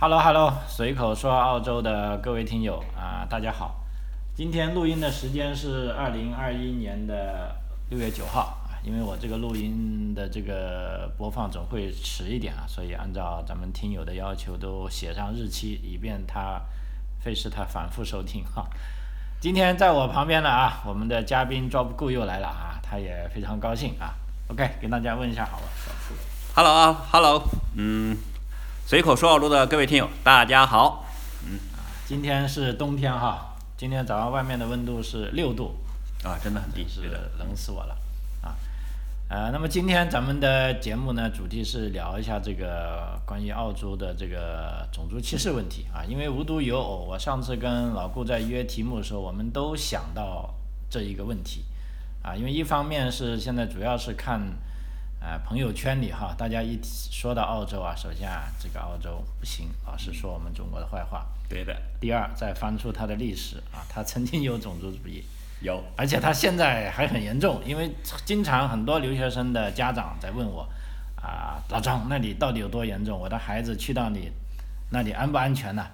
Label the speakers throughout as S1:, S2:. S1: Hello Hello，随口说澳洲的各位听友啊、大家好，今天录音的时间是二零二一年的六月九号啊，因为我这个录音的这个播放总会迟一点啊，所以按照咱们听友的要求都写上日期，以便他费事他反复收听哈、今天在我旁边呢啊，我们的嘉宾 Job 顾又来了啊，他也非常高兴啊。OK，跟大家问一下好吧，Job Gu
S2: Hello 啊，Hello，嗯，随口说澳洲的各位听友，大家好。
S1: 今天是冬天哈，今天早上外面的温度是六度，
S2: 啊，真的很低
S1: 真，是
S2: 对的，
S1: 冷死我了啊！呃，那么今天咱们的节目呢，主题是聊一下这个关于澳洲的这个种族歧视问题啊，因为无独有偶，我上次跟老顾在约题目的时候，我们都想到这一个问题啊，因为一方面是现在主要是看。呃，朋友圈里哈，大家一提说到澳洲啊，首先啊，这个澳洲不行，老是说我们中国的坏话。
S2: 对的，
S1: 第二，再翻出它的历史啊，它曾经有种族主义，
S2: 有，
S1: 而且它现在还很严重，因为经常很多留学生的家长在问我，啊，老张那里到底有多严重？我的孩子去到你那里安不安全呢、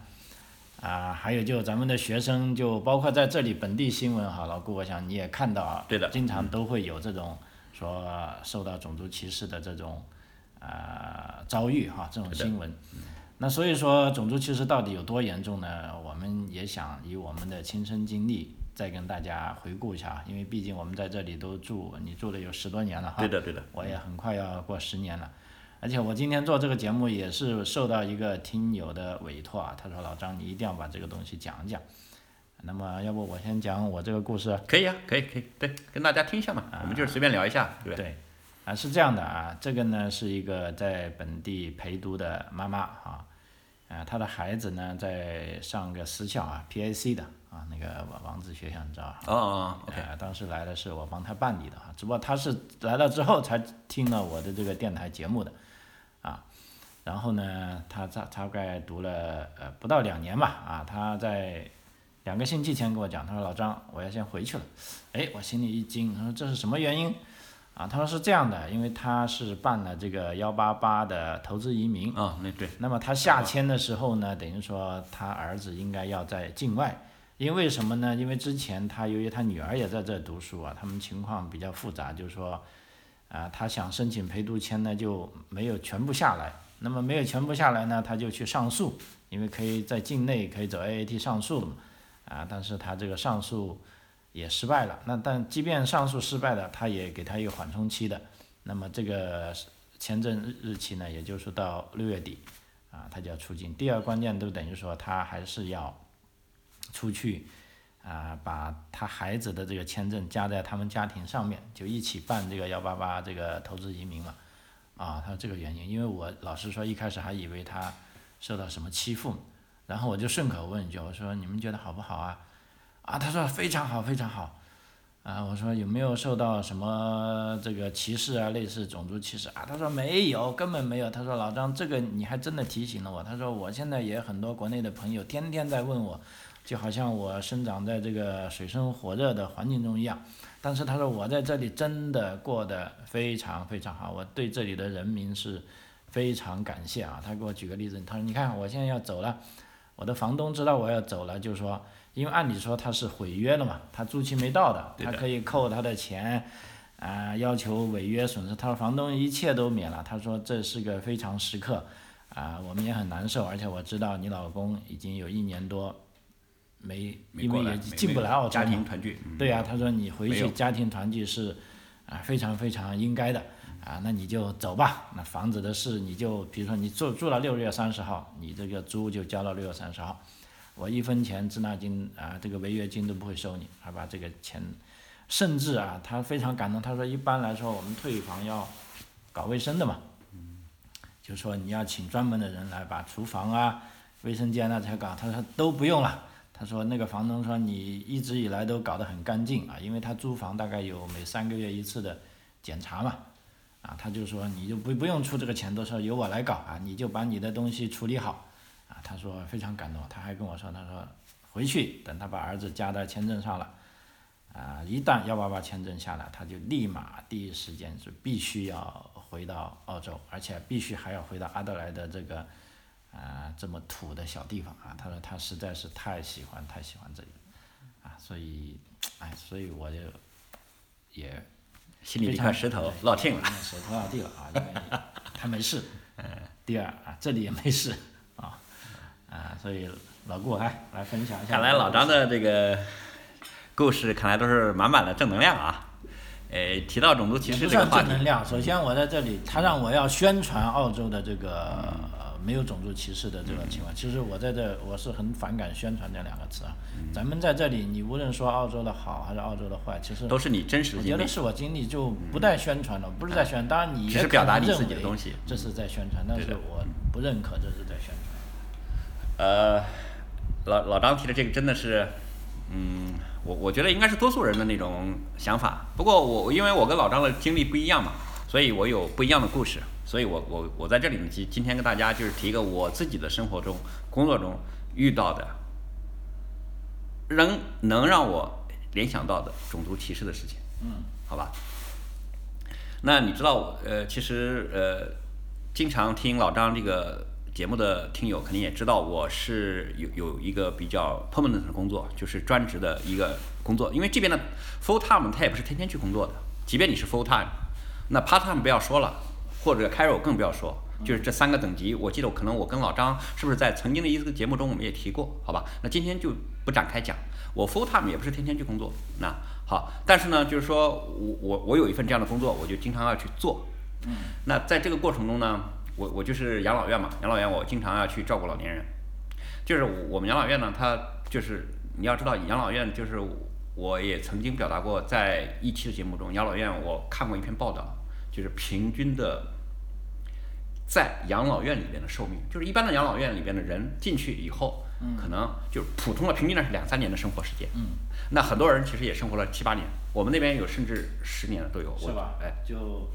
S1: 啊？还有就咱们的学生，就包括在这里本地新闻哈，老顾，我想你也看到啊，
S2: 对的
S1: 经常都会有这种说受到种族歧视的这种呃遭遇哈，这种新闻。
S2: 嗯
S1: 那所以说，种族歧视到底有多严重呢？我们也想以我们的亲身经历再跟大家回顾一下，因为毕竟我们在这里都住，你住了有十多年了哈。
S2: 对的，对的，
S1: 我也很快要过十年了。而且我今天做这个节目也是受到一个听友的委托啊，他说老张你一定要把这个东西讲一讲。那么要不我先讲我这个故事啊？
S2: 可以啊，可以，可以，对，跟大家听一下嘛，我们就是随便聊一下，对不对？
S1: 啊对，啊是这样的啊，这个呢是一个在本地陪读的妈妈啊，啊她的孩子呢在上个私校啊 PAC 的啊那个王王子学校你知道吧？
S2: 哦哦，OK，
S1: 呃当时来的是我帮他办理的啊，只不过他是来了之后才听了我的这个电台节目的，啊，然后呢，他大大概读了呃不到两年吧，啊，他在两个星期前跟我讲，他说老张，我要先回去了，哎，我心里一惊，他说这是什么原因？啊，他说是这样的，因为他是办了这个幺八八的投资移民，
S2: 啊，那对，
S1: 那么他下签的时候呢，等于说他儿子应该要在境外，因为什么呢？因为之前他由于他女儿也在这读书啊，他们情况比较复杂，就是说，啊、他想申请陪读签呢，就没有全部下来。那么没有全部下来呢，他就去上诉，因为可以在境内可以走 AAT 上诉了嘛，啊，但是他这个上诉也失败了。那但即便上诉失败了，他也给他一个缓冲期的。那么这个签证日日期呢，也就是到六月底。啊，他就要出境。第二，关键都等于说他还是要出去啊，把他孩子的这个签证加在他们家庭上面，就一起办这个幺八八这个投资移民嘛。啊，他这个原因，因为我老实说一开始还以为他受到什么欺负，然后我就顺口问一句，我说你们觉得好不好啊？啊，他说非常好，非常好。啊，我说有没有受到什么这个歧视啊，类似种族歧视啊？他说没有，根本没有。他说老张，这个你还真的提醒了我。他说我现在也很多国内的朋友天天在问我，就好像我生长在这个水深火热的环境中一样。但是他说我在这里真的过得非常非常好，我对这里的人民是非常感谢啊。他给我举个例子，他说你看我现在要走了，我的房东知道我要走了，就说。因为按理说他是毁约了嘛，他租期没到的，
S2: 对
S1: 他
S2: 的
S1: 可以扣他的钱，啊、要求违约损失。他说房东一切都免了，他说这是个非常时刻，啊、我们也很难受，而且我知道你老公已经有一年多没，
S2: 没
S1: 因
S2: 过
S1: 为
S2: 来，
S1: 也
S2: 没
S1: 进不
S2: 没
S1: 来澳洲
S2: 家
S1: 嘛，
S2: 庭团聚，嗯
S1: 对呀、他说你回
S2: 没
S1: 去
S2: 有
S1: 家庭团聚是啊非常非常应该的啊，那你就走吧。那房子的事你就比如说你住住了六月三十号，你这个租就交到六月三十号，我一分钱滞纳金啊这个违约金都不会收你，还把这个钱，甚至啊他非常感动，他说一般来说我们退房要搞卫生的嘛，
S2: 嗯
S1: 就说你要请专门的人来把厨房啊、卫生间啊才搞，他说都不用了。他说那个房东说你一直以来都搞得很干净啊，因为他租房大概有每三个月一次的检查嘛，啊，他就说你就不不用出这个钱，都说由我来搞啊，你就把你的东西处理好，啊，他说非常感动，他还跟我说，他说回去等他把儿子加到签证上了，啊，一旦幺八八签证下来，他就立马第一时间是必须要回到澳洲，而且必须还要回到阿德莱德这个啊这么土的小地方啊，他说他实在是太喜欢太喜欢这里了啊，所以哎，所以我就也
S2: 心里这块石头落定了。
S1: 了，石头落地了啊，因为他没 事。
S2: 嗯
S1: 第二啊，这里也没事啊啊，所以老顾来来分享一下。
S2: 看来老张的这个故事，看来都是满满的正能量啊。诶，提到种族歧
S1: 也
S2: 视
S1: 不
S2: 这个
S1: 算
S2: 话
S1: 正
S2: 题，
S1: 能量。首先，我在这里，他让我要宣传澳洲的这个、呃没有种族歧视的这个
S2: 嗯
S1: 情况。其实我在这我是很反感“宣传”这两个词啊。咱们在这里，你无论说澳洲的好还是澳洲的坏，其实
S2: 都是你真实的
S1: 我
S2: 经
S1: 觉
S2: 历
S1: 得。是我经历，就不带宣传了，不是在宣传。当然，你
S2: 只
S1: 也
S2: 是表达
S1: 可能
S2: 你自
S1: 认
S2: 己的
S1: 为
S2: 东西
S1: 这是在宣传，但
S2: 对
S1: 是
S2: 的
S1: 我不认可这是在宣传。
S2: 呃，老老张提的这个真的是，嗯，我我觉得应该是多数人的那种想法。不过我因为我跟老张的经历不一样嘛，所以我有不一样的故事。所以我我我在这里呢，今今天跟大家就是提一个我自己的生活中、工作中遇到的，能能让我联想到的种族歧视的事情。
S1: 嗯，
S2: 好吧。那你知道我呃，其实呃，经常听老张这个节目的听友肯定也知道，我是有有一个比较 permanent 的工作，就是专职的一个工作。因为这边的 full time 他也不是天天去工作的，即便你是 full time，那 part time 不要说了，或者 caro 更不要说。就是这三个等级，我记得我可能我跟老张是不是在曾经的一个节目中我们也提过，好吧？那今天就不展开讲。我 full time 也不是天天去工作，那好，但是呢，就是说我我我有一份这样的工作，我就经常要去做。那在这个过程中呢，我我就是养老院嘛，养老院我经常要去照顾老年人。就是我我们养老院呢，它就是你要知道，养老院就是我也曾经表达过，在一期的节目中，养老院我看过一篇报道，就是平均的在养老院里边的寿命，就是一般的养老院里边的人进去以后，可能就是普通的平均呢是两三年的生活时间。
S1: 嗯，
S2: 那很多人其实也生活了七八年，我们那边有甚至十年的都有。我
S1: 是吧？
S2: 哎，，
S1: 就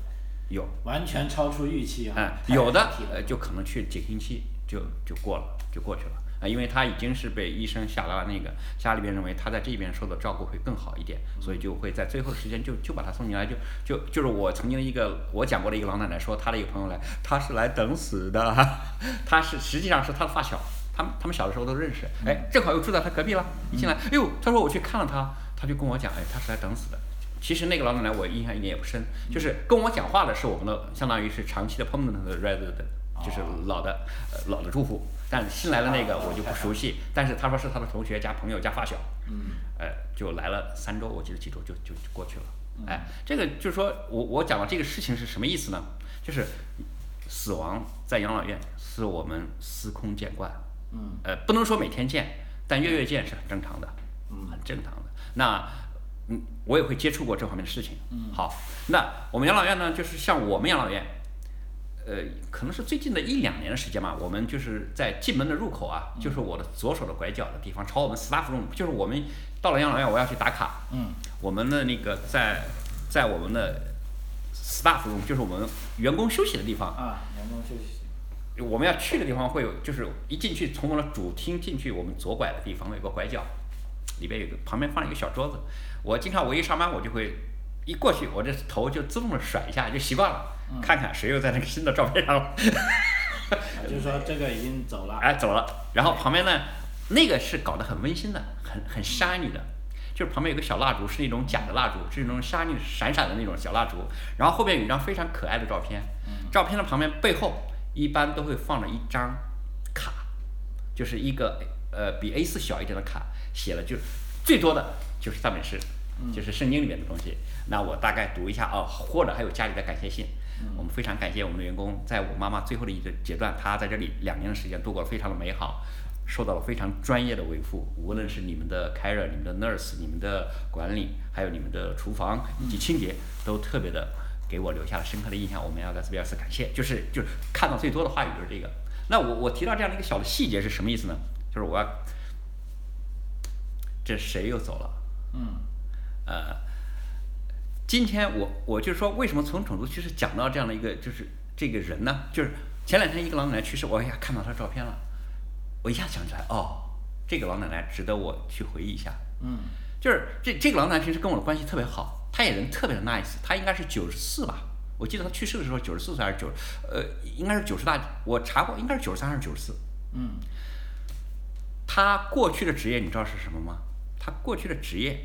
S2: 有。
S1: 完全超出预期啊。
S2: 哎，
S1: 太
S2: 有的
S1: 太
S2: 呃就可能去几个星期就就过了，就过去了啊、因为他已经是被医生下达了那个家里边认为他在这边受的照顾会更好一点，所以就会在最后的时间就就把他送进来，就就就是我曾经的一个我讲过的一个老奶奶说，她的一个朋友来，她是来等死的， 她是实际上是她的发小。他们他们小的时候都认识，哎，正好又住在他隔壁了。一进来，哎呦，他说我去看了他，他就跟我讲，哎，他是来等死的。其实那个老奶奶我印象一点也不深，就是跟我讲话的是我们的相当于是长期的 permanent resident，就是老的、呃、老的住户，但新来的那个我就不熟悉，但是他说是他的同学加朋友加发小，
S1: 嗯
S2: 呃，就来了三周，我记得几周就就就过去了。哎，这个就是说我我讲的这个事情是什么意思呢？就是死亡在养老院是我们司空见惯，
S1: 嗯
S2: 呃，不能说每天见，但月月见是很正常的，
S1: 嗯
S2: 很正常的。那嗯，我也会接触过这方面的事情。嗯，好，那我们养老院呢，就是像我们养老院，呃，可能是最近的一两年的时间吧，我们就是在进门的入口啊，就是我的左手的拐角的地方，朝我们 staff room，就是我们到了养老院，我要去打卡，
S1: 嗯
S2: 我们的那个在在我们的 staff room，就是我们员工休息的地方，
S1: 啊，员工休息。
S2: 我们要去的地方会有，就是一进去从我们的主厅进去，我们左拐的地方有个拐角，里边有个旁边放了一个小桌子。我经常我一上班我就会一过去，我这头就自动的甩一下，就习惯了，看看谁又在那个新的照片上了
S1: 就是说这个已经走了。
S2: 哎，走了。然后旁边呢，那个是搞得很温馨的，很很 shiny 的，就是旁边有个小蜡烛，是那种假的蜡烛，是那种 shiny 闪闪的那种小蜡烛。然后后边有一张非常可爱的照片，照片的旁边背后一般都会放着一张卡，就是一个呃比 A 4小一点的卡，写了就最多的就是赞美诗，就是圣经里面的东西。那我大概读一下哦，或者还有家里的感谢信。我们非常感谢我们的员工，在我妈妈最后的一个阶段，她在这里两年的时间度过了非常的美好，受到了非常专业的维护。无论是你们的 carer、你们的 nurse、你们的管理，还有你们的厨房以及清洁，都特别的给我留下了深刻的印象。我们要在斯比尔斯感谢，就是就是看到最多的话语就是这个。那我我提到这样的一个小的细节是什么意思呢？就是我要，这谁又走了？
S1: 嗯
S2: 呃，今天我我就是说，为什么从种族歧视讲到这样的一个就是这个人呢？就是前两天一个老奶奶去世，我一下看到她照片了，我一下想起来，哦，这个老奶奶值得我去回忆一下。
S1: 嗯
S2: 就是这这个老奶奶平时跟我的关系特别好，她也人特别的 nice，她应该是九十四吧，我记得他去世的时候九十四岁还是九，呃，应该是九十大，我查过，应该是九十三还是九十四。
S1: 嗯，
S2: 他过去的职业你知道是什么吗？他过去的职业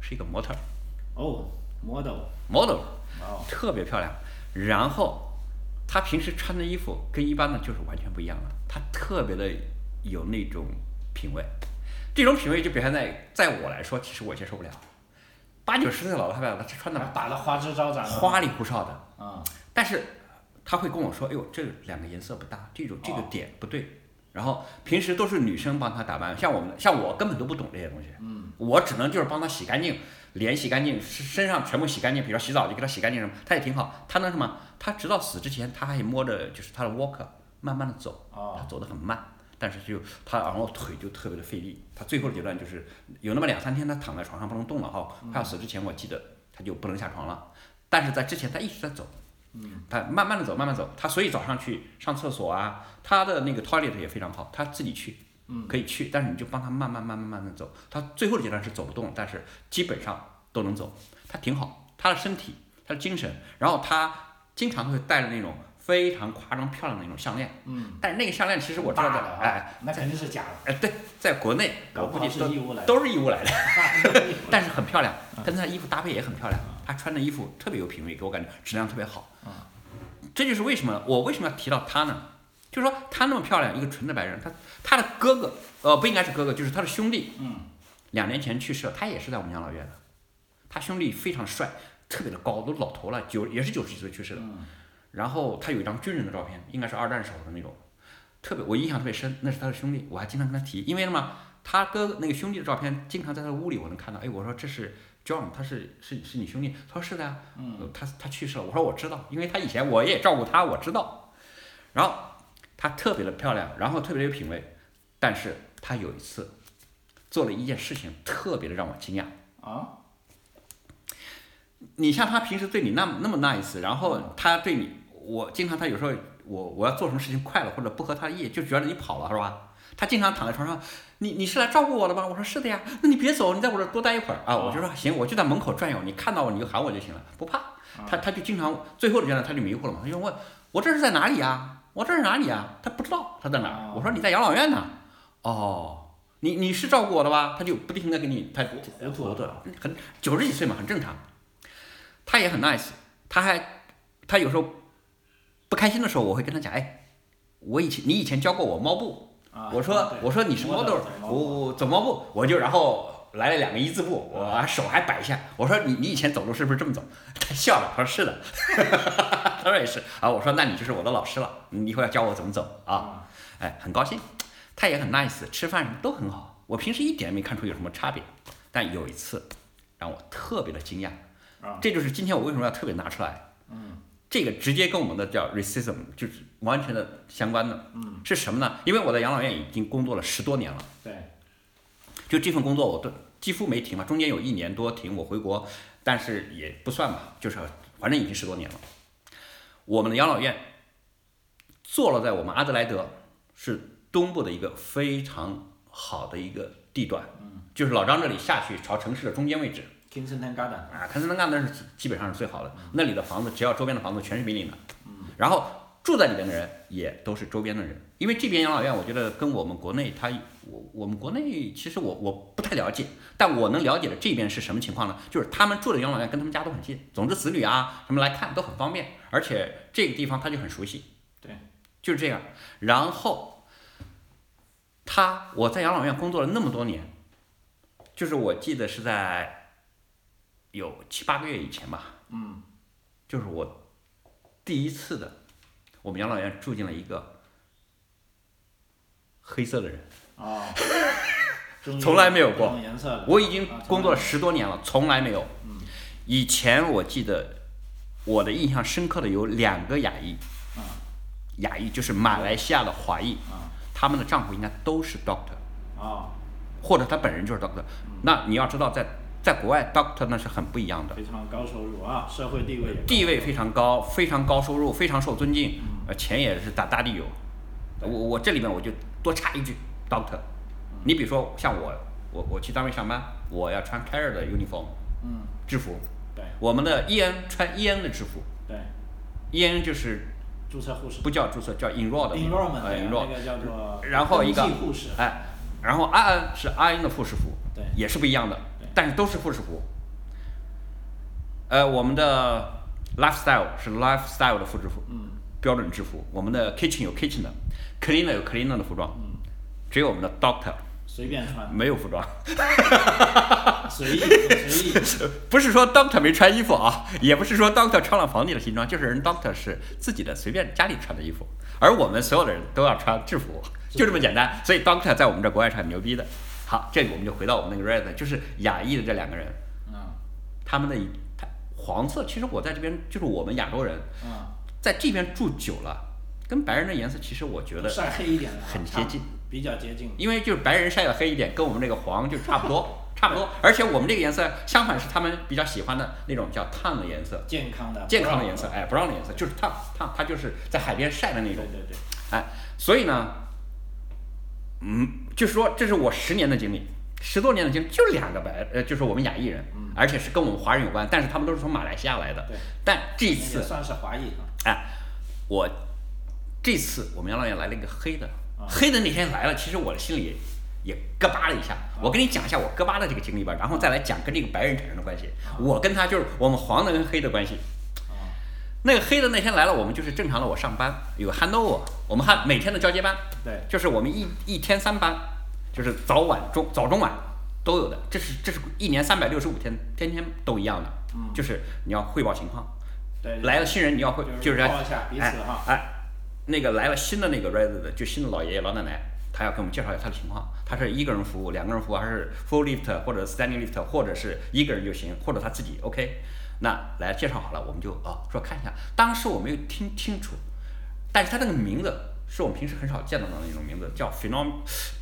S2: 是一个模特儿
S1: 哦，model，
S2: ，model，
S1: 哦，
S2: 特别漂亮。然后他平时穿的衣服跟一般的就是完全不一样了，他特别的有那种品味。这种品味就表现在在我来说，其实我接受不了。八九十岁老太太，她穿的
S1: 打打的花枝招展，
S2: 花里胡哨的，
S1: 啊，
S2: 但是他会跟我说：“哎呦，这两个颜色不搭，这种这个
S1: 哦
S2: 点不对。”然后平时都是女生帮他打扮，像我们像我根本都不懂这些东西，嗯，我只能就是帮他洗干净，脸洗干净，身身上全部洗干净，比如说洗澡就给他洗干净什么，他也挺好。他那什么，他直到死之前，他还摸着就是他的 walker 慢慢的走，
S1: 哦
S2: 他走得很慢，但是就他然后腿就特别的费力，他最后的阶段就是有那么两三天他躺在床上不能动了哈，快要死之前我记得他就不能下床了，但是在之前他一直在走。
S1: 嗯
S2: 他慢慢的走，慢慢地走，他所以早上去上厕所啊，他的那个 toilet 也非常好，他自己去，
S1: 嗯
S2: 可以去，但是你就帮他慢慢慢慢慢慢走，他最后的阶段是走不动，但是基本上都能走，他挺好，他的身体，他的精神，然后他经常会戴着那种非常夸张漂亮的那种项链，
S1: 嗯，
S2: 但是那个项链其实我知道
S1: 大
S2: 的
S1: 的，啊
S2: 哎
S1: 那肯定是假的，
S2: 哎对，在国内
S1: 搞
S2: 我
S1: 不
S2: 估
S1: 好
S2: 计
S1: 是
S2: 都
S1: 义乌来的，
S2: 都是义乌来的。但是很漂亮，跟她的衣服搭配也很漂亮，她穿的衣服特别有品味，给我感觉质量特别好。这就是为什么我为什么要提到她呢？就是说她那么漂亮，一个纯的白人，她她的哥哥，呃，不应该是哥哥，就是她的兄弟，
S1: 嗯，
S2: 两年前去世了，他也是在我们养老院的，他兄弟非常帅，特别的高，都老头了，九也是九十几岁去世的。然后他有一张军人的照片，应该是二战时候的那种，特别我印象特别深，那是他的兄弟，我还经常跟他提，因为什么？他哥那个兄弟的照片经常在他屋里我能看到，哎，我说这是 John，他是是是你兄弟，他说是的呀、嗯，他他去世了，我说我知道，因为他以前我也照顾他，我知道。然后她特别的漂亮，然后特别的有品味，但是她有一次做了一件事情，特别的让我惊讶。
S1: 啊，
S2: 你像他平时对你那么那么 nice，然后他对你，我经常他有时候我我要做什么事情快了或者不合他意，就觉得你跑了是吧？他经常躺在床上，你你是来照顾我的吧？我说是的呀，那你别走，你在我这儿多待一会儿啊！我就说行，我就在门口转悠，你看到我你就喊我就行了，不怕。他他就经常最后的阶段他就迷糊了嘛，他就问我这是在哪里呀？我这是哪里呀？他不知道他在哪儿。我说你在养老院呢。哦，你你是照顾我的吧？他就不停的给你他
S1: 糊涂
S2: 糊涂了，很九十几岁嘛，很正常。他也很 nice，他还他有时候不开心的时候，我会跟他讲，哎，我以前你以前教过我猫步，
S1: 啊
S2: 我说
S1: 对
S2: 我说你是 model，
S1: 怎么
S2: 我我走猫步，我就然后来了两个一字步，我手还摆一下，我说你你以前走路是不是这么走？他笑了，他说是的， 他说也是啊，我说那你就是我的老师了，你以后要教我怎么走啊，哎，很高兴，他也很 nice，吃饭什么都很好，我平时一点也没看出有什么差别，但有一次让我特别的惊讶，
S1: 啊
S2: 这就是今天我为什么要特别拿出来，这个直接跟我们的叫 racism 就是完全的相关的。嗯，是什么呢？因为我在养老院已经工作了十多年了，
S1: 嗯对，
S2: 就这份工作我都几乎没停嘛，中间有一年多停，我回国，但是也不算吧，就是反正已经十多年了。我们的养老院坐落在我们阿德莱德是东部的一个非常好的一个地段，嗯，就是老张这里下去朝城市的中间位置。
S1: ，Kensington Garden，
S2: 啊，堪斯登干那是基本上是最好的，那里的房子只要周边的房子全是比利的，然后住在里边的人也都是周边的人，因为这边养老院我觉得跟我们国内它我我们国内其实我我不太了解，但我能了解的这边是什么情况呢？就是他们住的养老院跟他们家都很近，总之子女啊什么来看都很方便，而且这个地方他就很熟悉，
S1: 对，
S2: 就是这样。然后他我在养老院工作了那么多年，就是我记得是在有七八个月以前吧，嗯，就是我第一次的，我们养老院住进了一个黑色的人，
S1: 哦， 终于
S2: 从来没有过
S1: 这种颜色的，
S2: 我已经工作了十多年了，从来没有。以前我记得我的印象深刻的有两个亚裔，亚裔就是马来西亚的华裔，他们的丈夫应该都是 doctor，
S1: 哦，
S2: 或者他本人就是 doctor。那你要知道在，在国外 doctor 那是很不一样的，
S1: 非常高收入啊，社会地位也高
S2: 地位非常高，非常高收入，非常受尊敬，呃，钱也是打大地有。我我这里面我就多插一句，doctor，你比如说像我，我我去单位上班，我要穿 c a r r 的 E uniform，
S1: 嗯，
S2: 制服，
S1: 对
S2: 我们的 EN 穿 EN 的制服，
S1: 对，
S2: EN 就是
S1: 注册护士
S2: 不叫注册，叫 enroll 的地方
S1: enrollment
S2: 呃
S1: 对
S2: enroll，
S1: 那个叫做
S2: 然后一个
S1: 登记护士
S2: 哎，然后 RN 是 RN 的护士服，
S1: 对
S2: 也是不一样的
S1: 对，
S2: 但是都是护士服。呃，我们的 lifestyle 是 lifestyle 的护士服，标准制服。我们的 kitchen 有 kitchen 的，cleaner 有 cleaner 的服装，只有我们的 doctor
S1: 随便穿，
S2: 没有服装。
S1: 随意随意，
S2: 不是说 Doctor 没穿衣服啊，也不是说 Doctor 穿了皇帝的西装，就是人 Doctor 是自己的随便家里穿的衣服，而我们所有的人都要穿制服，就这么简单。所以 Doctor 在我们这国外是很牛逼的。好，这个我们就回到我们那个 Red，就是亚裔的这两个人，
S1: 嗯
S2: 他们的一他黄色，其实我在这边就是我们亚洲人
S1: 嗯，
S2: 在这边住久了，跟白人的颜色其实我觉得
S1: 晒黑一点的啊，
S2: 很
S1: 差
S2: 接近，
S1: 比较接近，
S2: 因为就是白人晒的黑一点，跟我们这个黄就差不多。差不多，而且我们这个颜色相反是他们比较喜欢的那种叫烫的颜色，
S1: 健康的啊
S2: 健康的颜
S1: 色，
S2: 色，哎，brown 的颜色就是烫烫，它就是在海边晒的那
S1: 对
S2: 种，
S1: 对对，
S2: 哎，所以呢，嗯，就是说这是我十年的经历，十多年的经历，就两个白，呃，就是我们亚裔人，而且是跟我们华人有关，但是他们都是从马来西亚来的
S1: 对，
S2: 但这
S1: 那也
S2: 次，
S1: 算是华裔啊，
S2: 哎，我这次我们养老院来了一个黑的
S1: 啊，
S2: 黑的那天来了，其实我心里也咯巴了一下，我跟你讲一下我咯巴的这个经历吧，然后再来讲跟这个白人产生的关系，我跟他就是我们黄的跟黑的关系。
S1: 啊
S2: 那个黑的那天来了，我们就是正常的，我上班有 handover，我们还每天的交接班，
S1: 对，
S2: 就是我们一一天三班，就是早晚中早中晚都有的，这是这是一年三百六十五天，天天都一样的，
S1: 嗯
S2: 就是你要汇报情况，
S1: 对，
S2: 来了新人你要汇，
S1: 就是
S2: 要
S1: 报一下彼此哈，
S2: 哎，那个来了新的那个 red 的，就新的老爷爷老奶奶，他要给我们介绍一下他的情况，他是一个人服务、两个人服务，还是 full lift 或者 standing lift，或者是一个人就行，或者他自己 OK。那来介绍好了，我们就哦说看一下，当时我没有听清楚，但是他那个名字是我们平时很少见到的那种名字，叫 phenom，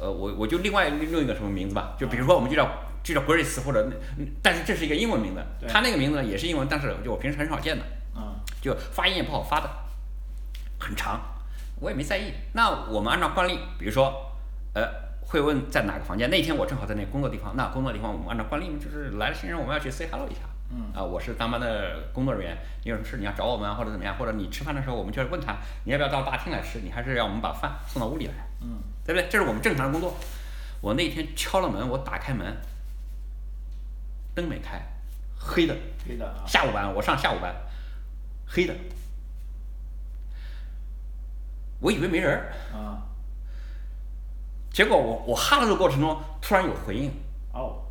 S2: 呃，我我就另外用一个什么名字吧，就比如说我们就叫就叫 Grace 或者那，但是这是一个英文名字，
S1: 对
S2: 他那个名字呢也是英文，但是就我平时很少见的，
S1: 嗯
S2: 就发音也不好发的，很长，我也没在意。那我们按照惯例，比如说，呃，会问在哪个房间。那天我正好在那工作地方，那工作地方我们按照惯例就是来了新人，我们要去 say hello 一下。
S1: 嗯
S2: 啊、我是当班的工作人员，你有什么事你要找我们啊，或者怎么样，或者你吃饭的时候，我们就要问他，你要不要到大厅来吃？你还是要我们把饭送到屋里来，
S1: 嗯，
S2: 对不对？这是我们正常的工作。我那天敲了门，我打开门，灯没开，黑的，
S1: 黑的啊，
S2: 下午班，我上下午班，黑的。我以为没人儿，
S1: 啊
S2: 结果我我哈喽的过程中突然有回应，
S1: 哦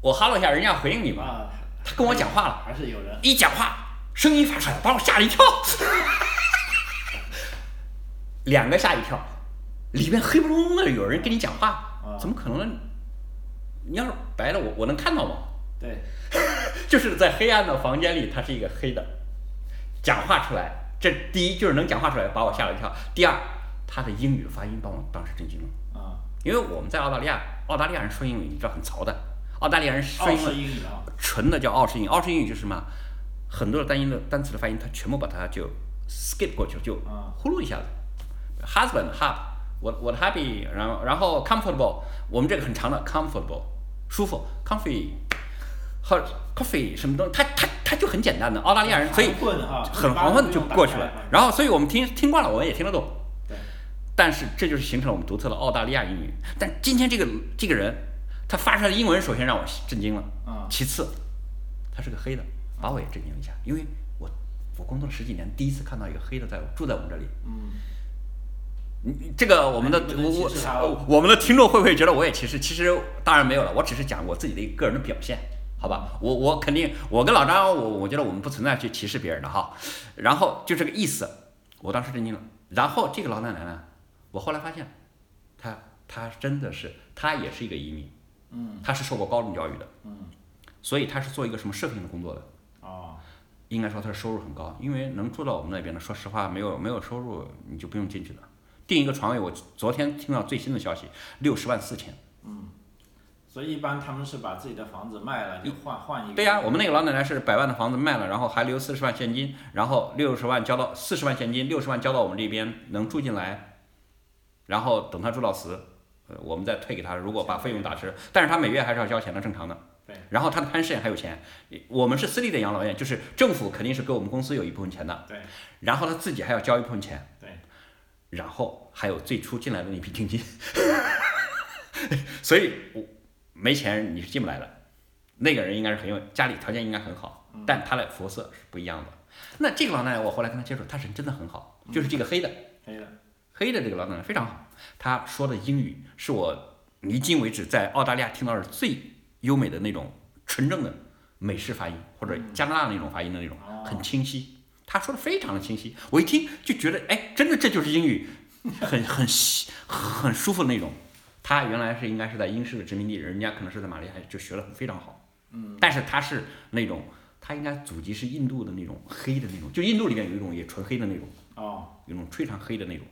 S2: 我哈喽一下，人家回应你嘛，
S1: 啊，
S2: 他跟我讲话了，
S1: 还是有人，
S2: 一讲话声音发出来，把我吓了一跳， 两个吓一跳，里面黑不隆咚的有人跟你讲话
S1: 啊，
S2: 怎么可能呢？你要是白的，我我能看到吗？
S1: 对，
S2: 就是在黑暗的房间里，他是一个黑的，讲话出来，这第一就是能讲话出来，把我吓了一跳；第二，他的英语发音把我当时震惊了，
S1: 啊，
S2: 因为我们在澳大利亚，澳大利亚人说英语你知道很潮的，澳大利亚人说
S1: 澳
S2: 英
S1: 式
S2: 文
S1: 英语啊，
S2: 纯的叫澳式英语，澳式英语就是什么，很多的单音的单词的发音，他全部把它就 skip 过去，就
S1: 啊
S2: 呼噜一下子，husband hub，我我的 happy，然后然后 comfortable，我们这个很长的 comfortable，舒服 comfy。和 coffee 什么东西，它它它就很简单的澳大利亚人，所以
S1: 很混哈
S2: 很黄混就过
S1: 啊
S2: 去了。然后，所以我们听听惯了，我们也听得懂。
S1: 对，
S2: 但是这就是形成了我们独特的澳大利亚英语。但今天这个这个人，他发出来的英文首先让我震惊了，
S1: 嗯
S2: 其次，他是个黑的，把我也震惊了一下，因为我我工作了十几年，第一次看到一个黑的在我住在我们这里。
S1: 嗯，
S2: 你这个我们的
S1: 哎你不
S2: 我
S1: 能
S2: 我
S1: 歧视他
S2: 呃我们的听众会不会觉得我也歧视？其实当然没有了，我只是讲我自己的一个个人的表现，好吧？我我肯定，我跟老张，我我觉得我们不存在去歧视别人的哈。然后就这个意思，我当时震惊了。然后这个老奶奶呢，我后来发现，她她真的是她也是一个移民，
S1: 嗯，
S2: 她是受过高等教育的，
S1: 嗯，
S2: 所以她是做一个什么社会性的工作的。
S1: 哦，
S2: 应该说他的收入很高，因为能住到我们那边的，说实话，没有没有收入你就不用进去了。订一个床位，我昨天听到最新的消息，六十万四千。
S1: 所以一般他们是把自己的房子卖了，就换换一个，
S2: 对啊呀、我们那个老奶奶是百万的房子卖了，然后还留四十万现金，然后六十万交到四十万现金，六十万交到我们这边能住进来，然后等她住到死，呃我们再退给她，如果把费用打折，但是她每月还是要交钱的，正常的。
S1: 对，对，
S2: 然后他的潘氏也还有钱，我们是私立的养老院，就是政府肯定是给我们公司有一部分钱的，
S1: 对，
S2: 然后他自己还要交一部分钱，
S1: 对，
S2: 然后还有最初进来的那批定金， 所以我没钱你是进不来的。那个人应该是很有家里条件应该很好，
S1: 嗯
S2: 但他的肤色是不一样的。那这个老奶奶我后来跟她接触，她人真的很好，就是这个黑的，
S1: 可以了。
S2: 黑的这个老奶奶非常好，她说的英语是我迄今为止在澳大利亚听到的最优美的那种纯正的美式发音，或者加拿大那种发音的那种，很清晰。她说的非常的清晰，我一听就觉得，哎，真的这就是英语，很 很细很舒服的那种。她原来是应该是在英式的殖民地，人家可能是在马来西亚就学的非常好，嗯，但是她是那种，她应该祖籍是印度的那种黑的那种，就印度里面有一种也纯黑的那种。
S1: 哦，
S2: 有种非常黑的那种，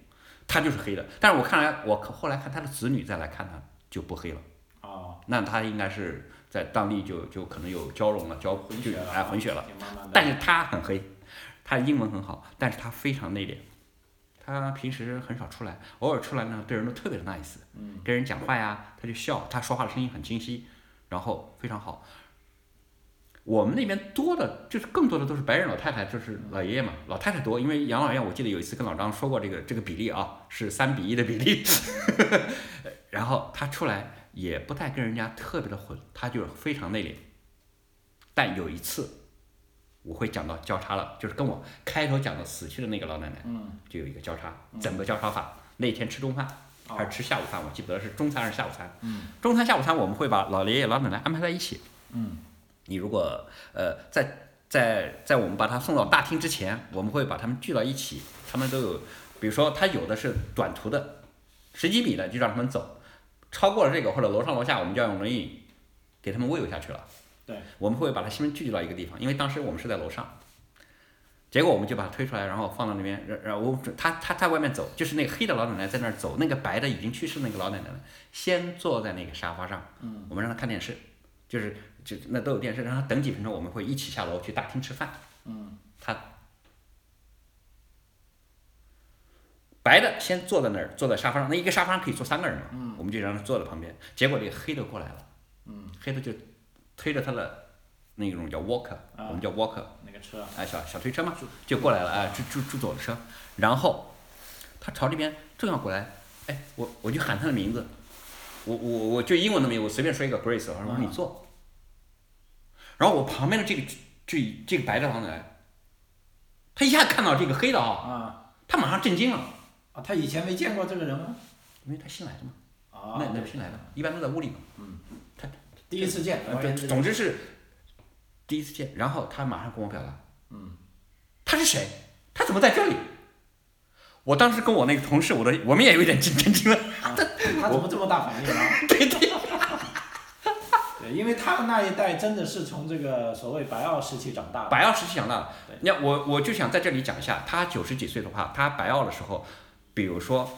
S2: 他就是黑的。但是我看来，我后来看他的子女再来看他就不黑了，
S1: 哦，
S2: 那他应该是在当地就就可能有交融了，交
S1: 混
S2: 就
S1: 血了，
S2: 哎混血了。
S1: 挺慢慢的。
S2: 但是他很黑，他英文很好，但是他非常内敛，他平时很少出来，偶尔出来呢，对人都特别的 nice，
S1: 嗯
S2: 跟人讲话呀，他就笑，他说话的声音很清晰，然后非常好。我们那边多的就是更多的都是白人老太太，就是老爷爷嘛，老太太多，因为养老院我记得有一次跟老张说过这个这个比例啊，是三比一的比例， 然后他出来也不太跟人家特别的混，他就是非常内敛。但有一次，我会讲到交叉了，就是跟我开头讲的死去的那个老奶奶，
S1: 嗯，
S2: 就有一个交叉，怎么交叉法？那天吃中饭
S1: 哦
S2: 还是吃下午饭？我记不得是中餐还是下午餐。
S1: 嗯，
S2: 中餐下午餐我们会把老爷爷老奶奶安排在一起。
S1: 嗯，
S2: 你如果呃在在在我们把他送到大厅之前，我们会把他们聚到一起，他们都有，比如说他有的是短途的，十几米的就让他们走，超过了这个或者楼上楼下，我们就要用轮椅给他们喂下去了。
S1: 对，
S2: 我们会把他先聚集到一个地方，因为当时我们是在楼上，结果我们就把他推出来，然后放到那边，然然后我他他在外面走，就是那个黑的老奶奶在那儿走，那个白的已经去世的那个老奶奶呢，先坐在那个沙发上，
S1: 嗯，
S2: 我们让他看电视，就是就那都有电视，让他等几分钟，我们会一起下楼去大厅吃饭，
S1: 嗯，
S2: 他白的先坐在那儿，坐在沙发上，那一个沙发上可以坐三个人嘛，我们就让他坐在旁边。结果这个黑的过来了，黑的就推着他的那种叫 walker，、
S1: 啊
S2: 我们叫 walker，
S1: 那个车，
S2: 哎，小小推车嘛，就过来了，哎，就就就左车，然后他朝这边正要过来，哎，我我就喊他的名字，我我我就英文的名字，我随便说一个 Grace，我说我说你坐，然后我旁边的这个这这个白的老奶奶，他一下看到这个黑的啊，
S1: 啊
S2: 他马上震惊了，
S1: 啊，他以前没见过这个人吗？
S2: 因为他新来的嘛，
S1: 啊，
S2: 那那新来的，一般都在屋里嘛，
S1: 第一次见，
S2: 呃
S1: 完全
S2: 对
S1: 是
S2: 总之是第一次见，然后他马上跟我表达，
S1: 嗯，
S2: 他是谁？他怎么在这里？我当时跟我那个同事，我的我们也有一点震震惊了，
S1: 他怎么这么大反应啊？
S2: 对对，
S1: 对，因为他们那一代真的是从这个所谓白澳时期长大的。
S2: 白奥时期长大的
S1: 对，
S2: 那我我就想在这里讲一下，他九十几岁的话，他白奥的时候，比如说，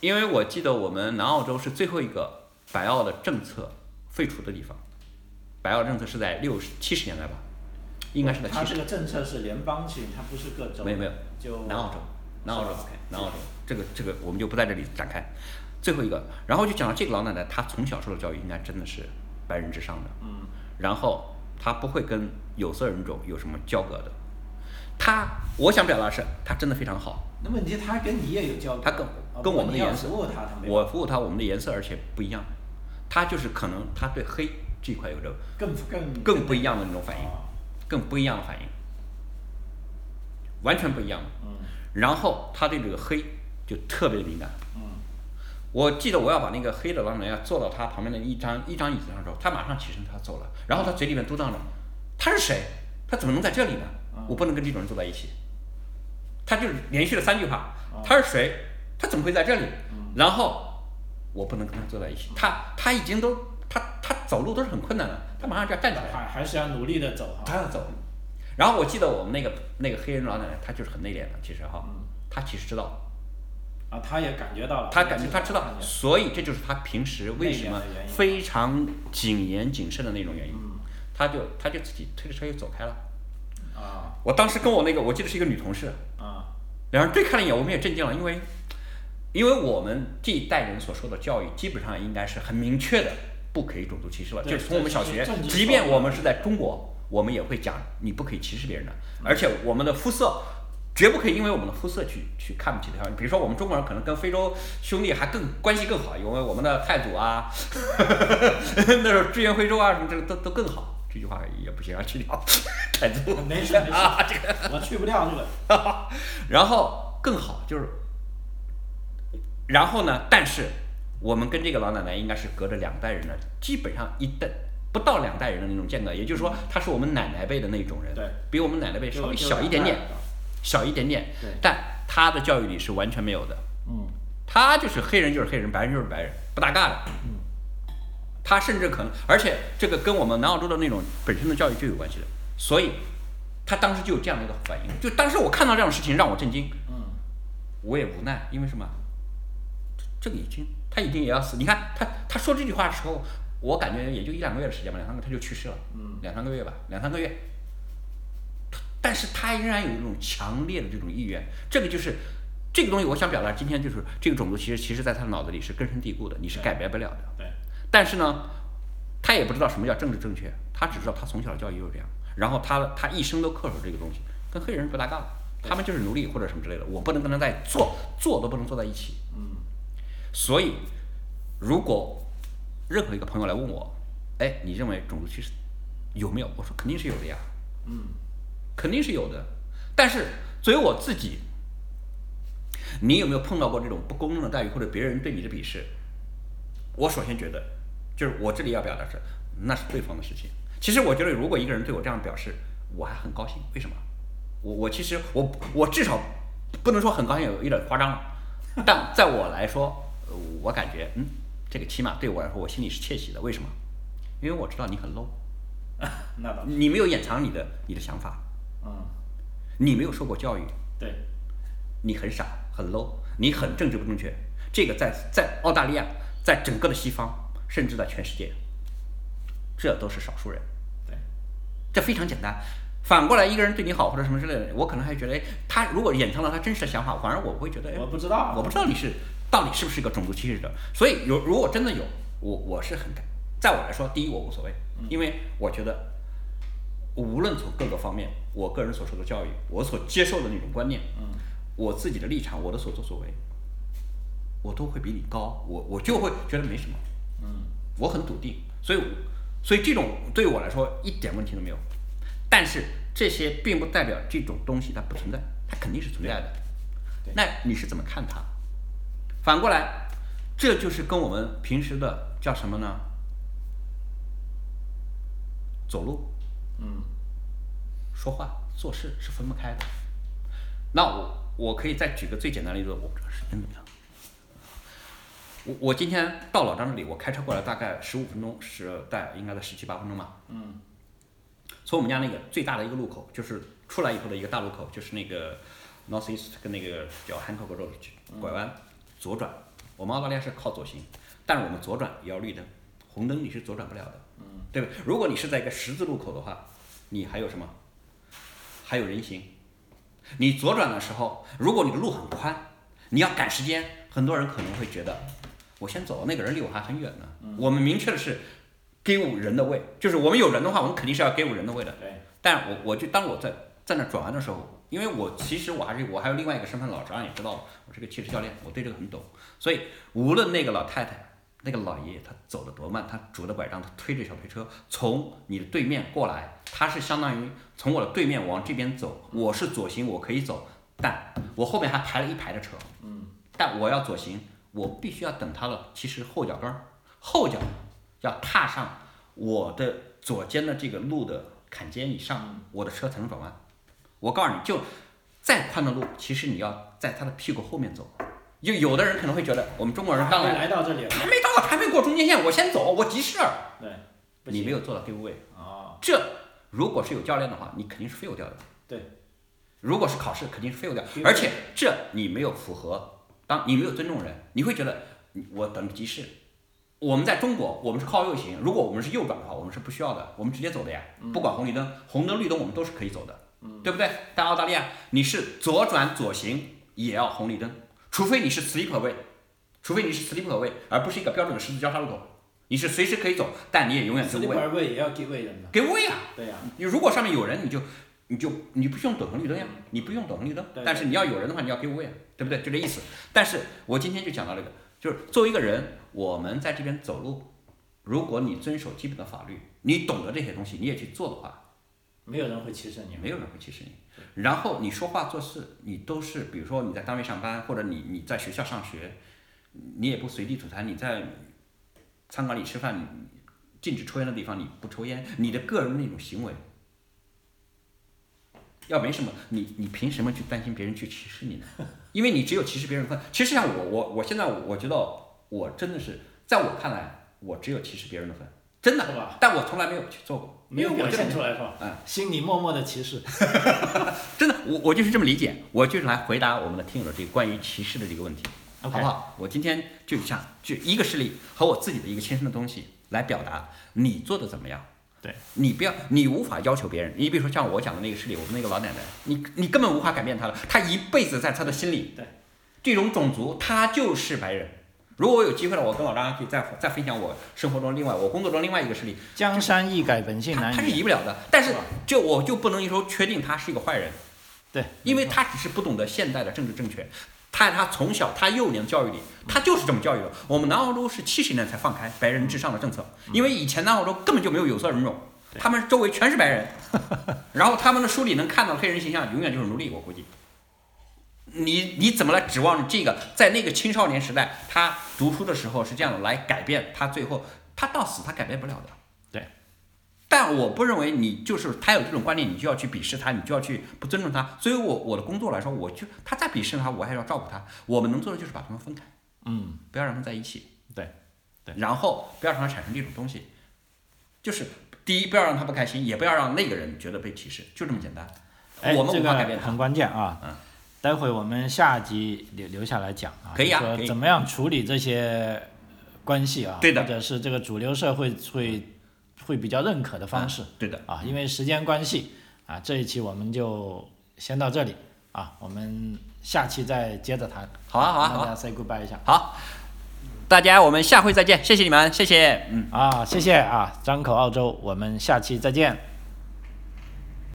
S2: 因为我记得我们南澳洲是最后一个白奥的政策废除的地方，白奥政策是在六十七十年代吧，应该是在
S1: 它
S2: 七
S1: 这
S2: 十，
S1: 个政策是联邦性，它不是各州。
S2: 没有没有，
S1: 就
S2: 南澳洲，南澳洲
S1: 是吧，
S2: 南澳洲，这个这个我们就不在这里展开。最后一个，然后就讲到这个老奶奶，她从小受的教育应该真的是白人至上的，
S1: 嗯，
S2: 然后她不会跟有色人种有什么交割的。她，我想表达的是，她真的非常好。
S1: 那问题他跟你也有交流，
S2: 他跟
S1: 啊
S2: 跟我们
S1: 不过
S2: 的
S1: 你要
S2: 颜色
S1: 服务他，他没有
S2: 我服务她，我们的颜色而且不一样，她就是可能她对黑这一块有着
S1: 更更
S2: 更不一样的那种反应，
S1: 啊
S2: 更不一样的反应，完全不一样的。
S1: 嗯
S2: 然后她对这个黑就特别敏感，
S1: 嗯
S2: 我记得我要把那个黑的老奶奶坐到他旁边的一张一张椅子上的时候，他马上起身，他走了，然后他嘴里面嘟囔着：“他是谁？他怎么能在这里呢？我不能跟这种人坐在一起。”他就是连续了三句话：“他是谁？他怎么会在这里？”然后我不能跟他坐在一起。他他已经都他他走路都是很困难的，他马上就要站起来，
S1: 还还是要努力的走哈。
S2: 他要走。然后我记得我们那个那个黑人老奶奶，她就是很内敛的，其实哈，她其实知道，
S1: 啊，他也感觉到了，
S2: 他感觉他知道
S1: 看，见
S2: 所以这就是他平时为什么非常谨言谨慎的那种原因。
S1: 嗯
S2: 他就他就自己推着车就走开了。
S1: 啊
S2: 我当时跟我那个，我记得是一个女同事，
S1: 啊
S2: 两人对看了一眼，我们也震惊了，因为因为我们这一代人所受的教育基本上应该是很明确的，不可以种族歧视了，
S1: 对
S2: 就是从我们小
S1: 这
S2: 学
S1: 是，政治
S2: 即便
S1: 教育
S2: 我们是在中国，我们也会讲你不可以歧视别人的，
S1: 嗯
S2: 而且我们的肤色。绝不可以因为我们的肤色去去看不起对方。比如说，我们中国人可能跟非洲兄弟还更关系更好，因为我们的泰祖啊， 那时候支援非洲啊什么这个都都更好。这句话也不行啊，去掉 泰族。
S1: 没事没事，我去不掉这个。
S2: 然后更好就是，然后呢？但是我们跟这个老奶奶应该是隔着两代人的，基本上一代不到两代人的那种间隔，也就是说，她是我们奶奶辈的那种人，
S1: 对，
S2: 比我们奶奶辈稍微
S1: 就
S2: 小一点点，，小一点点
S1: 对，
S2: 但她的教育里是完全没有的，
S1: 嗯，
S2: 她就是黑人就是黑人，白人就是白人，不搭嘎的。她甚至可能，而且这个跟我们南澳洲的那种本身的教育就有关系的，所以她当时就有这样的一个反应，就当时我看到这种事情让我震惊，
S1: 嗯，
S2: 我也无奈，因为什么？这这个已经他一定也要死。你看他他说这句话的时候，我感觉也就一两个月的时间吧，两三个他就去世了，
S1: 嗯
S2: 两三个月吧，两三个月。他但是他仍然有一种强烈的这种意愿，这个就是这个东西，我想表达今天就是这个种族歧视，其实在他的脑子里是根深蒂固的，你是改变不了的。
S1: 对，
S2: 但是呢，他也不知道什么叫政治正确，他只知道他从小教育就是这样，然后他他一生都恪守这个东西，跟黑人不搭嘎了，他们就是奴隶或者什么之类的，我不能跟他在坐坐都不能坐在一起。
S1: 嗯
S2: 所以，如果任何一个朋友来问我，哎，你认为种族歧视有没有？我说肯定是有的呀，
S1: 嗯
S2: 肯定是有的。但是作为我自己，你有没有碰到过这种不公正的待遇或者别人对你的鄙视？我首先觉得，就是我这里要表达是，那是对方的事情。其实我觉得，如果一个人对我这样表示，我还很高兴。为什么？我我其实我我至少不能说很高兴，有有点夸张了。但在我来说，呃我感觉嗯，这个起码对我来说，我心里是窃喜的。为什么？因为我知道你很 low，
S1: 那倒，
S2: 你没有掩藏你的你的想法，
S1: 嗯，
S2: 你没有受过教育，
S1: 对，
S2: 你很傻，很 low，你很政治不正确。这个在在澳大利亚，在整个的西方，甚至在全世界，这都是少数人。
S1: 对，
S2: 这非常简单。反过来，一个人对你好或者什么之类的，我可能还觉得，哎，他如果掩藏了他真实的想法，反而我会觉得，哎，
S1: 我不知道
S2: 我不知道你是到底是不是一个种族歧视者。所以有，如果真的有，我我是很感，在我来说，第一我无所谓，因为我觉得，无论从各个方面，我个人所受的教育，我所接受的那种观念，
S1: 嗯
S2: 我自己的立场，我的所作所为，我都会比你高，我我就会觉得没什么，
S1: 嗯
S2: 我很笃定，所以我所以这种对我来说一点问题都没有。但是这些并不代表这种东西它不存在，它肯定是存在的
S1: 对对。
S2: 那你是怎么看它？反过来，这就是跟我们平时的叫什么呢？走路、
S1: 嗯
S2: 说话、做事是分不开的。那我我可以再举个最简单的例子，我不知道时间怎么样。我我今天到老张这里，我开车过来大概十五分钟，是在应该在十七八分钟吧。
S1: 嗯
S2: 从我们家那个最大的一个路口，就是出来以后的一个大路口，就是那个 North East 跟那个叫 Hancock Road 去拐弯左转。我们澳大利亚是靠左行，但是我们左转也要绿灯，红灯你是左转不了的，
S1: 嗯
S2: 对吧？如果你是在一个十字路口的话，你还有什么？还有人行。你左转的时候，如果你的路很宽，你要赶时间，很多人可能会觉得，我先走，那个人离我还很远呢。我们明确的是给五人的位，就是我们有人的话，我们肯定是要给五人的位的。
S1: 对，
S2: 但我我就当我在在那转弯的时候，因为我其实我还是我还有另外一个身份，老张也知道了，我是个汽车教练，我对这个很懂。所以无论那个老太太、那个老爷爷他走的多慢，他拄着拐杖，他推着小推车从你的对面过来，他是相当于从我的对面往这边走，我是左行，我可以走，但我后面还排了一排的车，
S1: 嗯
S2: 但我要左行，我必须要等他的，其实后脚跟儿，后脚要踏上我的左肩的这个路的坎肩以上，我的车才能转弯。我告诉你，就再宽的路，其实你要在他的屁股后面走。就有的人可能会觉得，我们中国人刚
S1: 还没
S2: 来，
S1: 来到这里了，
S2: 还没到，还没过中间线，我先走，我急事儿。
S1: 对，不
S2: 你没
S1: 行
S2: 有做到 give way，
S1: 哦，
S2: 这如果是有教练的话，你肯定是 fail 掉的。
S1: 对，
S2: 如果是考试，肯定是 fail 掉
S1: fail，
S2: 而且这你没有符合，当你没有尊重人，你会觉得你我等急事。我们在中国，我们是靠右行，如果我们是右转的话，我们是不需要的，我们直接走的呀，不管红绿灯，红灯绿灯我们都是可以走的，对不对？但澳大利亚你是左转左行也要红绿灯，除非你是 sleeper 位，除非你是 sleeper 位，而不是一个标准的十字交叉路口，你是随时可以走，但你也永远是
S1: 那
S2: 喂。
S1: 块喂也要给喂人的，
S2: 给喂啊！
S1: 对呀、
S2: 你如果上面有人，你就你就你不用等红绿灯呀，你不用等红绿灯
S1: 对，
S2: 但是你要有人的话，你要给我呀，啊对不对？就这意思。但是我今天就讲到这个，就是作为一个人，我们在这边走路，如果你遵守基本的法律，你懂得这些东西，你也去做的话，
S1: 没有人会歧视你。
S2: 没有人会歧视你。然后你说话做事，你都是，比如说你在单位上班，或者你你在学校上学，你也不随地吐痰，你在餐馆里吃饭，你禁止抽烟的地方你不抽烟，你的个人的那种行为，要没什么，你你凭什么去担心别人去歧视你呢？因为你只有歧视别人的份。其实像我，我我现在我觉得我真的是，在我看来，我只有歧视别人的份，真
S1: 是吧
S2: 的。但我从来没有去做过，
S1: 没有
S2: 因为
S1: 表
S2: 我这
S1: 现出来是吧？
S2: 嗯
S1: 心里默默的歧视。
S2: 真的，我我就是这么理解，我就是来回答我们的听友的这个关于歧视的这个问题
S1: OK
S2: 好不好？我今天就想就一个事例和我自己的一个亲身的东西来表达，你做的怎么样？
S1: 对，
S2: 你不要，你无法要求别人。你比如说像我讲的那个事例，我们那个老奶奶，你你根本无法改变她了，她一辈子在她的心里，
S1: 对，
S2: 这种种族她就是白人。如果我有机会了，我跟老张可以再再分享我生活中另外我工作中另外一个事例，
S1: 江山易改，本性
S2: 他
S1: 难
S2: 他是移
S1: 移。
S2: 不了的。但是
S1: 是吧
S2: 就我就不能说确定他是一个坏人，
S1: 对，
S2: 因为他只是不懂得现代的政治正确。他他从小他幼年教育里，他就是这么教育的。我们南澳洲是七十年才放开白人至上的政策，因为以前南澳洲根本就没有有色人种，
S1: 对
S2: 他们周围全是白人，然后他们的书里能看到的黑人形象永远就是奴隶，我估计。你你怎么来指望这个在那个青少年时代，他读书的时候是这样的来改变他最后他到死他改变不了的。
S1: 对。
S2: 但我不认为你就是他有这种观念，你就要去鄙视他，你就要去不尊重他。所以我我的工作来说，我就他再鄙视他，我还要照顾他。我们能做的就是把他们分开，
S1: 嗯，
S2: 不要让他们在一起。
S1: 对，对
S2: 然后不要让他产生这种东西，就是第一，不要让他不开心，也不要让那个人觉得被歧视，就这么简单。
S1: 哎，
S2: 我们
S1: 这
S2: 无
S1: 个
S2: 法改变他。
S1: 很关键啊。
S2: 嗯
S1: 待会我们下集留留下来讲啊，
S2: 可以啊
S1: 就
S2: 可
S1: 说
S2: 以
S1: 怎么样处理这些关系啊？
S2: 对的
S1: 或者是这个主流社会会会比较认可的方式
S2: 对的，
S1: 啊。因为时间关系啊，这一期我们就先到这里啊，我们下期再接着谈。
S2: 好啊好啊
S1: 跟
S2: 好
S1: 大
S2: 啊
S1: 家 say goodbye 一下
S2: 好，大家我们下回再见，谢谢你们，谢谢，嗯。
S1: 啊，谢谢啊，张口澳洲，我们下期再见，